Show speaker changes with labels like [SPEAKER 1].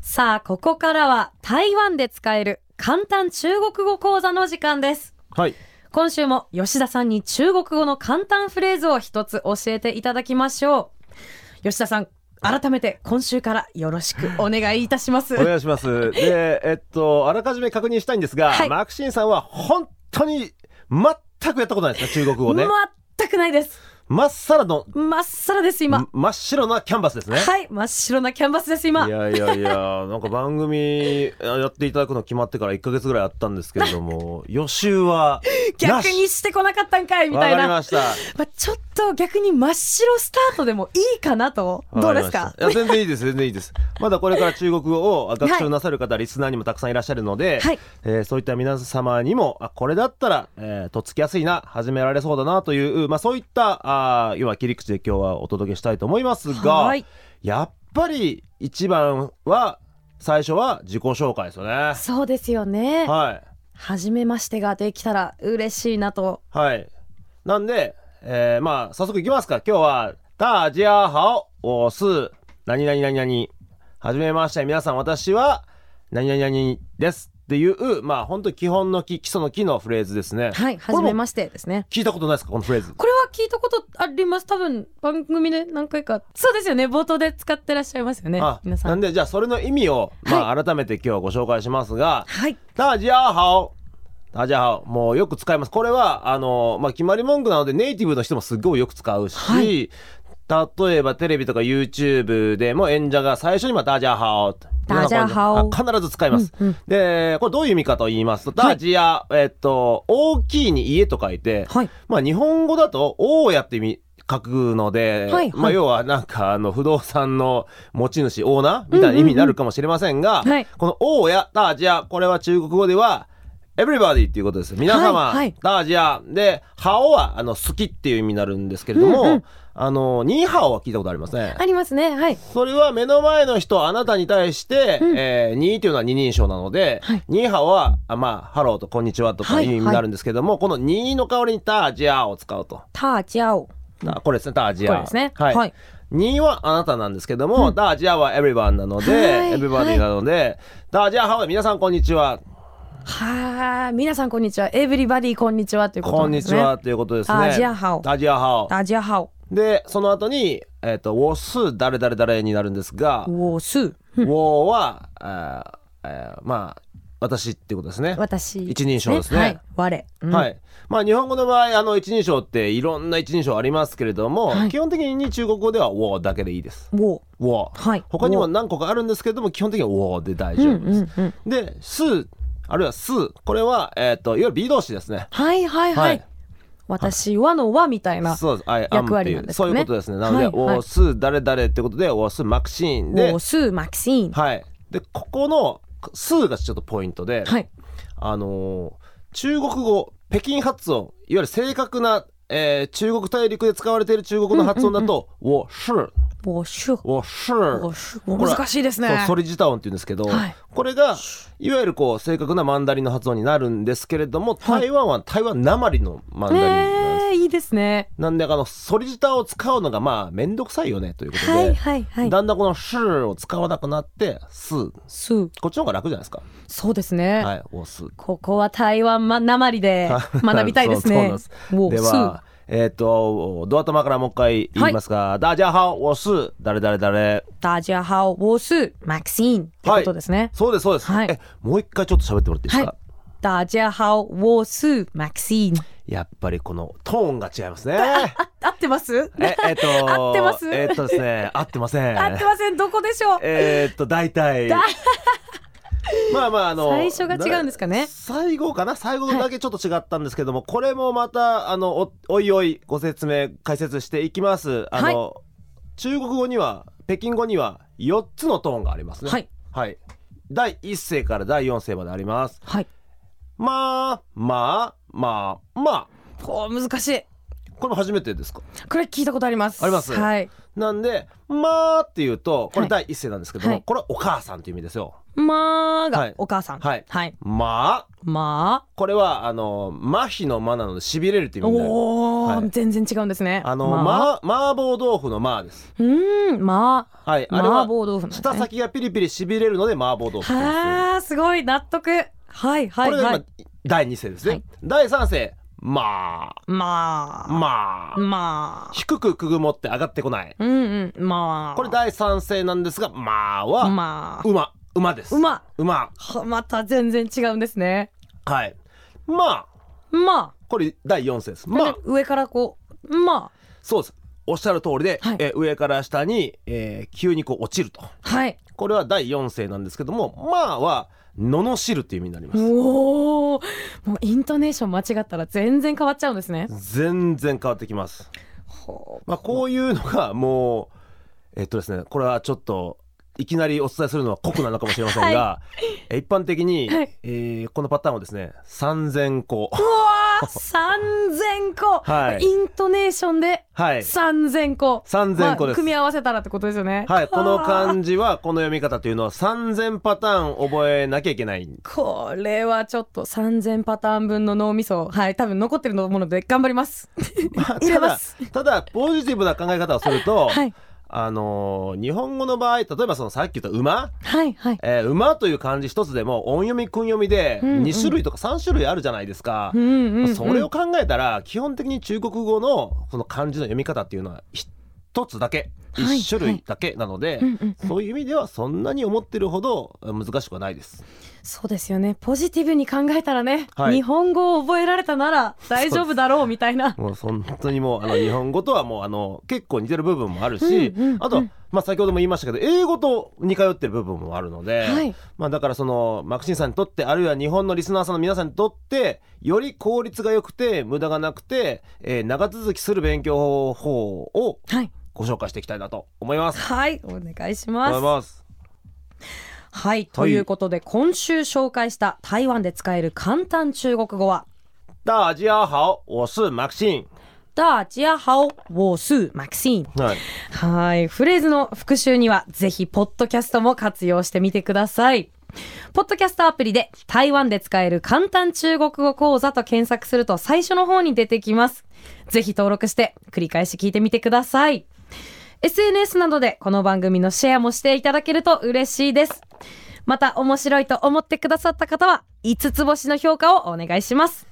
[SPEAKER 1] さあ、ここからは台湾で使える簡単中国語講座の時間です。
[SPEAKER 2] はい。
[SPEAKER 1] 今週も吉田さんに中国語の簡単フレーズを一つ教えていただきましょう。吉田さん、改めて今週からよろしくお願いいたします。
[SPEAKER 2] お願いします。 で、えっと、あらかじめ確認したいんですが、
[SPEAKER 1] はい
[SPEAKER 2] マクシンさんは本当に全くやったことないですね、中国語ね。
[SPEAKER 1] 全くないです。
[SPEAKER 2] まっさらの、
[SPEAKER 1] まっさらです、今。
[SPEAKER 2] 真っ白なキャンバスですね。
[SPEAKER 1] はい、真っ白なキャンバスです、今
[SPEAKER 2] い。やいやいや、なんか番組やっていただくの決まってから1ヶ月ぐらいあったんですけれども、予習はな
[SPEAKER 1] 逆
[SPEAKER 2] し
[SPEAKER 1] にしてこなかったんかいみたい
[SPEAKER 2] わか
[SPEAKER 1] な。
[SPEAKER 2] り
[SPEAKER 1] ま
[SPEAKER 2] ました。
[SPEAKER 1] あ、ちょっと逆に真っ白スタートでもいいかなと。どうです
[SPEAKER 2] わ
[SPEAKER 1] か
[SPEAKER 2] りましたいや全然いいです全然いいですまだこれから中国語をあ学習なさる方、リスナーにもたくさんいらっしゃるので、
[SPEAKER 1] はい
[SPEAKER 2] えーそういった皆様にもあこれだったら、えーとっつきやすいな始められそうだなという、まあ、そういったあー要は切り口で今日はお届けしたいと思いますが
[SPEAKER 1] はい
[SPEAKER 2] やっぱり一番は最初は自己紹介ですよね
[SPEAKER 1] そうですよね。
[SPEAKER 2] はい
[SPEAKER 1] 初めましてができたら嬉しいなと。
[SPEAKER 2] はいなんで、えーまあ早速いきますか今日は「大家好我是何々何々」はじめまして皆さん私は何々何々ですっていうまあ本当基本の木基礎の木のフレーズですね
[SPEAKER 1] はい、初めま
[SPEAKER 2] し
[SPEAKER 1] してですね。
[SPEAKER 2] 聞いたことないですかこのフレーズ
[SPEAKER 1] これは聞いたことあります。多分番組で何回か。そうですよね。冒頭で使ってらっしゃいますよね
[SPEAKER 2] あ。
[SPEAKER 1] 皆さ
[SPEAKER 2] なん
[SPEAKER 1] ん。
[SPEAKER 2] でじゃあそれの意味を、まあ、改めて今日ご紹介しますが
[SPEAKER 1] はい。
[SPEAKER 2] 「大家好」大家好もうよく使いますこれはあの、まあ、決まり文句なのでネイティブの人もすごいよく使うし、
[SPEAKER 1] は
[SPEAKER 2] 例えばテレビとか YouTube でも演者が最初にまあ「ダジャハオ」
[SPEAKER 1] ダジャハオ
[SPEAKER 2] 必ず使います、
[SPEAKER 1] うんうん
[SPEAKER 2] でこれどういう意味かと言いますと「
[SPEAKER 1] はい
[SPEAKER 2] ダジア」えっと大きいに家と書いて、
[SPEAKER 1] はい。
[SPEAKER 2] まあ、日本語だと「大家」って意味書くの
[SPEAKER 1] はい
[SPEAKER 2] で、
[SPEAKER 1] はい
[SPEAKER 2] まあ、要はなんかあの不動産の持ち主オーナーみたいな意味になるかもしれませんが、
[SPEAKER 1] うんうんはい
[SPEAKER 2] この「大家」「ダージア」これは中国語では「everybody」っていうことです皆様、
[SPEAKER 1] はいはい
[SPEAKER 2] ダージアで「ハオ」はあの好きっていう意味になるんですけれども、
[SPEAKER 1] うんうん
[SPEAKER 2] あのニーハオは聞いたことありますね
[SPEAKER 1] あ。りますね。はい。
[SPEAKER 2] それは目の前の人あなたに対して、
[SPEAKER 1] うん
[SPEAKER 2] えー、ニーというのは二人称なので、
[SPEAKER 1] はい
[SPEAKER 2] ニーハオはあまあハローとこんにちはとかいう意味になるんですけども、このニーの代わりにタージアを使うと、
[SPEAKER 1] タジャオ。こ
[SPEAKER 2] あこれですねタージア
[SPEAKER 1] れですね。
[SPEAKER 2] はい、
[SPEAKER 1] はい。
[SPEAKER 2] ニーはあなたなんですけども、タージアはエブリバンなので、
[SPEAKER 1] はい
[SPEAKER 2] エブリバディなので、タージアハオ皆さんこんにちは
[SPEAKER 1] はあ、皆さんこんにちは。エブリバディこんにちはということ
[SPEAKER 2] こ
[SPEAKER 1] なんんで
[SPEAKER 2] に
[SPEAKER 1] す
[SPEAKER 2] ち
[SPEAKER 1] ね。
[SPEAKER 2] はということですね
[SPEAKER 1] タージアハオ
[SPEAKER 2] タージアハオ
[SPEAKER 1] ダジャハオ。
[SPEAKER 2] でその後にえっ、とウォス誰誰誰になるんですが、
[SPEAKER 1] ウォス。
[SPEAKER 2] ウォーは、あーえーまあ、私ってことですね。
[SPEAKER 1] 私。
[SPEAKER 2] 一人称ですね
[SPEAKER 1] はい。我。うん
[SPEAKER 2] はい。まあ、日本語の場合、あの、一人称っていろんな一人称ありますけれども、
[SPEAKER 1] はい
[SPEAKER 2] 基本的に中国語ではウォーだけでいいです。
[SPEAKER 1] ウォ。
[SPEAKER 2] ウォー。
[SPEAKER 1] はい
[SPEAKER 2] 他にも何個かあるんですけれども、基本的にはウォーで大
[SPEAKER 1] うん
[SPEAKER 2] 丈夫です。
[SPEAKER 1] うんうん。
[SPEAKER 2] で、スあるいはスこれは、えっ、と、いわゆる B 動詞ですね。
[SPEAKER 1] はいはいは
[SPEAKER 2] はいい。
[SPEAKER 1] 私はの和みたいな。
[SPEAKER 2] そうです。I am
[SPEAKER 1] 役割なん
[SPEAKER 2] っ
[SPEAKER 1] で
[SPEAKER 2] てい
[SPEAKER 1] すね
[SPEAKER 2] うそういうことですね。なので、
[SPEAKER 1] はいはい
[SPEAKER 2] ウォース誰誰ってことで、ウォースマクシーン
[SPEAKER 1] ウ
[SPEAKER 2] で
[SPEAKER 1] ォ、スマキシーン。
[SPEAKER 2] はい。で、ここの、スがちょっとポイントで、
[SPEAKER 1] はい。
[SPEAKER 2] あのー中国語北京発音いわゆる正確な、えー中国大陸で使われている中国の発音だと「我是
[SPEAKER 1] ウォシュ。ウ
[SPEAKER 2] 我是
[SPEAKER 1] ォシュ。
[SPEAKER 2] ほら
[SPEAKER 1] 難しいです
[SPEAKER 2] そう
[SPEAKER 1] ね。
[SPEAKER 2] ソリジタ音って言うんですけど、
[SPEAKER 1] はい
[SPEAKER 2] これがいわゆるこう正確なマンダリンの発音になるんですけれども
[SPEAKER 1] はい
[SPEAKER 2] 台湾は台湾なまりのマンダリンなんです。
[SPEAKER 1] ええ、いいですね。
[SPEAKER 2] なんであのソリジタを使うのがまあ面倒くさいよねということで、
[SPEAKER 1] はいはいはい。
[SPEAKER 2] だんだんこの「す」を使わなくなって「す」
[SPEAKER 1] ス。
[SPEAKER 2] こっちの方が楽じゃないですか。
[SPEAKER 1] そうですね。
[SPEAKER 2] はい、おす
[SPEAKER 1] ここは台湾まなまり で学びたいです
[SPEAKER 2] そうそうな
[SPEAKER 1] ね
[SPEAKER 2] んです。
[SPEAKER 1] ウォ
[SPEAKER 2] では、えっ、と、ドア頭からもう一回言いますが、ダジャハオス、誰誰誰。
[SPEAKER 1] ダジャハオウォスマキシーンってことですね。
[SPEAKER 2] そうです、そうです。
[SPEAKER 1] はい
[SPEAKER 2] え、もう一回ちょっと喋ってもらっていいですか、
[SPEAKER 1] はダジャハオウォスマキシーン。
[SPEAKER 2] やっぱりこのトーンが違いま すね。
[SPEAKER 1] 合ってます？
[SPEAKER 2] え、えっ、と、
[SPEAKER 1] 合ってます
[SPEAKER 2] えっ、とですね、合ってません。
[SPEAKER 1] 合ってません。どこでしょう。
[SPEAKER 2] えっと、大体。まあまああの
[SPEAKER 1] 最初が違うんですかね
[SPEAKER 2] だ最後かな最後だけちょっと違ったんですけども、これもまたあのおおいおいご説明解説していきますあの、中国語には北京語には4つのトーンがありますね
[SPEAKER 1] はい、
[SPEAKER 2] はい第1声から第4声まであります
[SPEAKER 1] はい。
[SPEAKER 2] まあまあまあまあ
[SPEAKER 1] お難しい。
[SPEAKER 2] これも初めてですか
[SPEAKER 1] これ聞いたことあります。
[SPEAKER 2] あります
[SPEAKER 1] はい。
[SPEAKER 2] なんで「まあ」っていうとこ
[SPEAKER 1] は
[SPEAKER 2] れ
[SPEAKER 1] い
[SPEAKER 2] 第一声なんですけども、
[SPEAKER 1] はい
[SPEAKER 2] これはお母さんという意味ですよ。
[SPEAKER 1] まあが、
[SPEAKER 2] はい
[SPEAKER 1] お母さん
[SPEAKER 2] はい
[SPEAKER 1] はい、
[SPEAKER 2] まあ
[SPEAKER 1] まあ
[SPEAKER 2] これはあの麻痺の麻なのでしびれるっていう意味になる。
[SPEAKER 1] おお、
[SPEAKER 2] はい
[SPEAKER 1] 全然違うんですね
[SPEAKER 2] あの、
[SPEAKER 1] まあ
[SPEAKER 2] ま、麻婆豆腐の麻です。
[SPEAKER 1] うーんまあ
[SPEAKER 2] はい、あれ
[SPEAKER 1] 麻
[SPEAKER 2] は
[SPEAKER 1] 婆豆腐なんですね
[SPEAKER 2] 舌先がピリピリしびれるので麻婆豆腐って言うんですよ。
[SPEAKER 1] はあすごい納得はいは
[SPEAKER 2] こ
[SPEAKER 1] い
[SPEAKER 2] れが
[SPEAKER 1] は
[SPEAKER 2] 今、
[SPEAKER 1] い
[SPEAKER 2] 第二声ですね。
[SPEAKER 1] はい
[SPEAKER 2] 第三声ま
[SPEAKER 1] ま
[SPEAKER 2] あ
[SPEAKER 1] あ
[SPEAKER 2] まあ、
[SPEAKER 1] まあ
[SPEAKER 2] 低くくぐもって上がってこない。
[SPEAKER 1] うんうんまあ
[SPEAKER 2] これ第三声なんですがまあは、
[SPEAKER 1] まあ
[SPEAKER 2] 馬馬です。
[SPEAKER 1] 馬
[SPEAKER 2] 馬
[SPEAKER 1] はまた全然違うんですね
[SPEAKER 2] はい。まあ
[SPEAKER 1] ま
[SPEAKER 2] これ第四声です。
[SPEAKER 1] あ、
[SPEAKER 2] まあ
[SPEAKER 1] で上からこうま
[SPEAKER 2] そうです。おっしゃる通りで、
[SPEAKER 1] はい
[SPEAKER 2] えー上から下に、えー急にこう落ちると。
[SPEAKER 1] あはい
[SPEAKER 2] これは第四声なんですけども、まあは罵るっていう意味になります。
[SPEAKER 1] おおもうイントネーション間違ったら全然変わっちゃうんです ね
[SPEAKER 2] 全然変わってきます。
[SPEAKER 1] ほ
[SPEAKER 2] まあこういうのがもうえっとですね、これはちょっと。いきなりお伝えするのは酷なのかもしれませんが、えー一般的に、
[SPEAKER 1] はい
[SPEAKER 2] えーこのパターンをですね3000個
[SPEAKER 1] ううわー3000個、
[SPEAKER 2] はい
[SPEAKER 1] イントネーションで
[SPEAKER 2] はい
[SPEAKER 1] 3000個
[SPEAKER 2] 3000個
[SPEAKER 1] ま
[SPEAKER 2] です
[SPEAKER 1] あ組み合わせたらってことですよね
[SPEAKER 2] はい、この
[SPEAKER 1] じ
[SPEAKER 2] 漢字はこの読み方というのは3000パターン覚えなきゃいけない
[SPEAKER 1] これはちょっと3000パターン分の脳みそはい多分残ってると思うので頑張ります
[SPEAKER 2] まあ
[SPEAKER 1] 入
[SPEAKER 2] た
[SPEAKER 1] れま
[SPEAKER 2] だ
[SPEAKER 1] す
[SPEAKER 2] ただポジティブな考え方をすると、
[SPEAKER 1] はい
[SPEAKER 2] あのー日本語の場合例えばそのさっき言った馬、
[SPEAKER 1] はいはい
[SPEAKER 2] えー馬という漢字一つでも音読み訓読みで
[SPEAKER 1] うんうん
[SPEAKER 2] 2種類とか3種類あるじゃないですか。
[SPEAKER 1] うんうん、うん、
[SPEAKER 2] それを考えたら基本的に中国語のこの漢字の読み方っていうのは一つだけ
[SPEAKER 1] はい
[SPEAKER 2] 一種類だけなので、
[SPEAKER 1] うんうんうん
[SPEAKER 2] そういう意味ではそんなに思ってるほど難しくはないです。
[SPEAKER 1] そうですよねポジティブに考えたらね、
[SPEAKER 2] はい
[SPEAKER 1] 日本語を覚えられたなら大丈夫だろうみたいな
[SPEAKER 2] もう本当にもうあの日本語とはもうあの結構似てる部分もあるし、
[SPEAKER 1] うんうんうん
[SPEAKER 2] あと、まあ、先ほども言いましたけど英語と似通ってる部分もあるので、
[SPEAKER 1] はい
[SPEAKER 2] まあ、だからそのマクシンさんにとってあるいは日本のリスナーさんの皆さんにとってより効率が良くて無駄がなくて、えー長続きする勉強方法を
[SPEAKER 1] はい
[SPEAKER 2] ご紹介していきたいなと思います。
[SPEAKER 1] はいお願いし
[SPEAKER 2] 思
[SPEAKER 1] ま
[SPEAKER 2] い
[SPEAKER 1] す
[SPEAKER 2] ます
[SPEAKER 1] はいということで、今週紹介した台湾で使える簡単中国語は
[SPEAKER 2] 大家好，我是マクシン。
[SPEAKER 1] 大家好我是 Maxine
[SPEAKER 2] はい、
[SPEAKER 1] はい。フレーズの復習には、ぜひ、ポッドキャストも活用してみてください。ポッドキャストアプリで、台湾で使える簡単中国語講座と検索すると、最初の方に出てきます。ぜひ登録して、繰り返し聞いてみてください。SNS などで、この番組のシェアもしていただけると嬉しいです。また、面白いと思ってくださった方は、5つ星の評価をお願いします。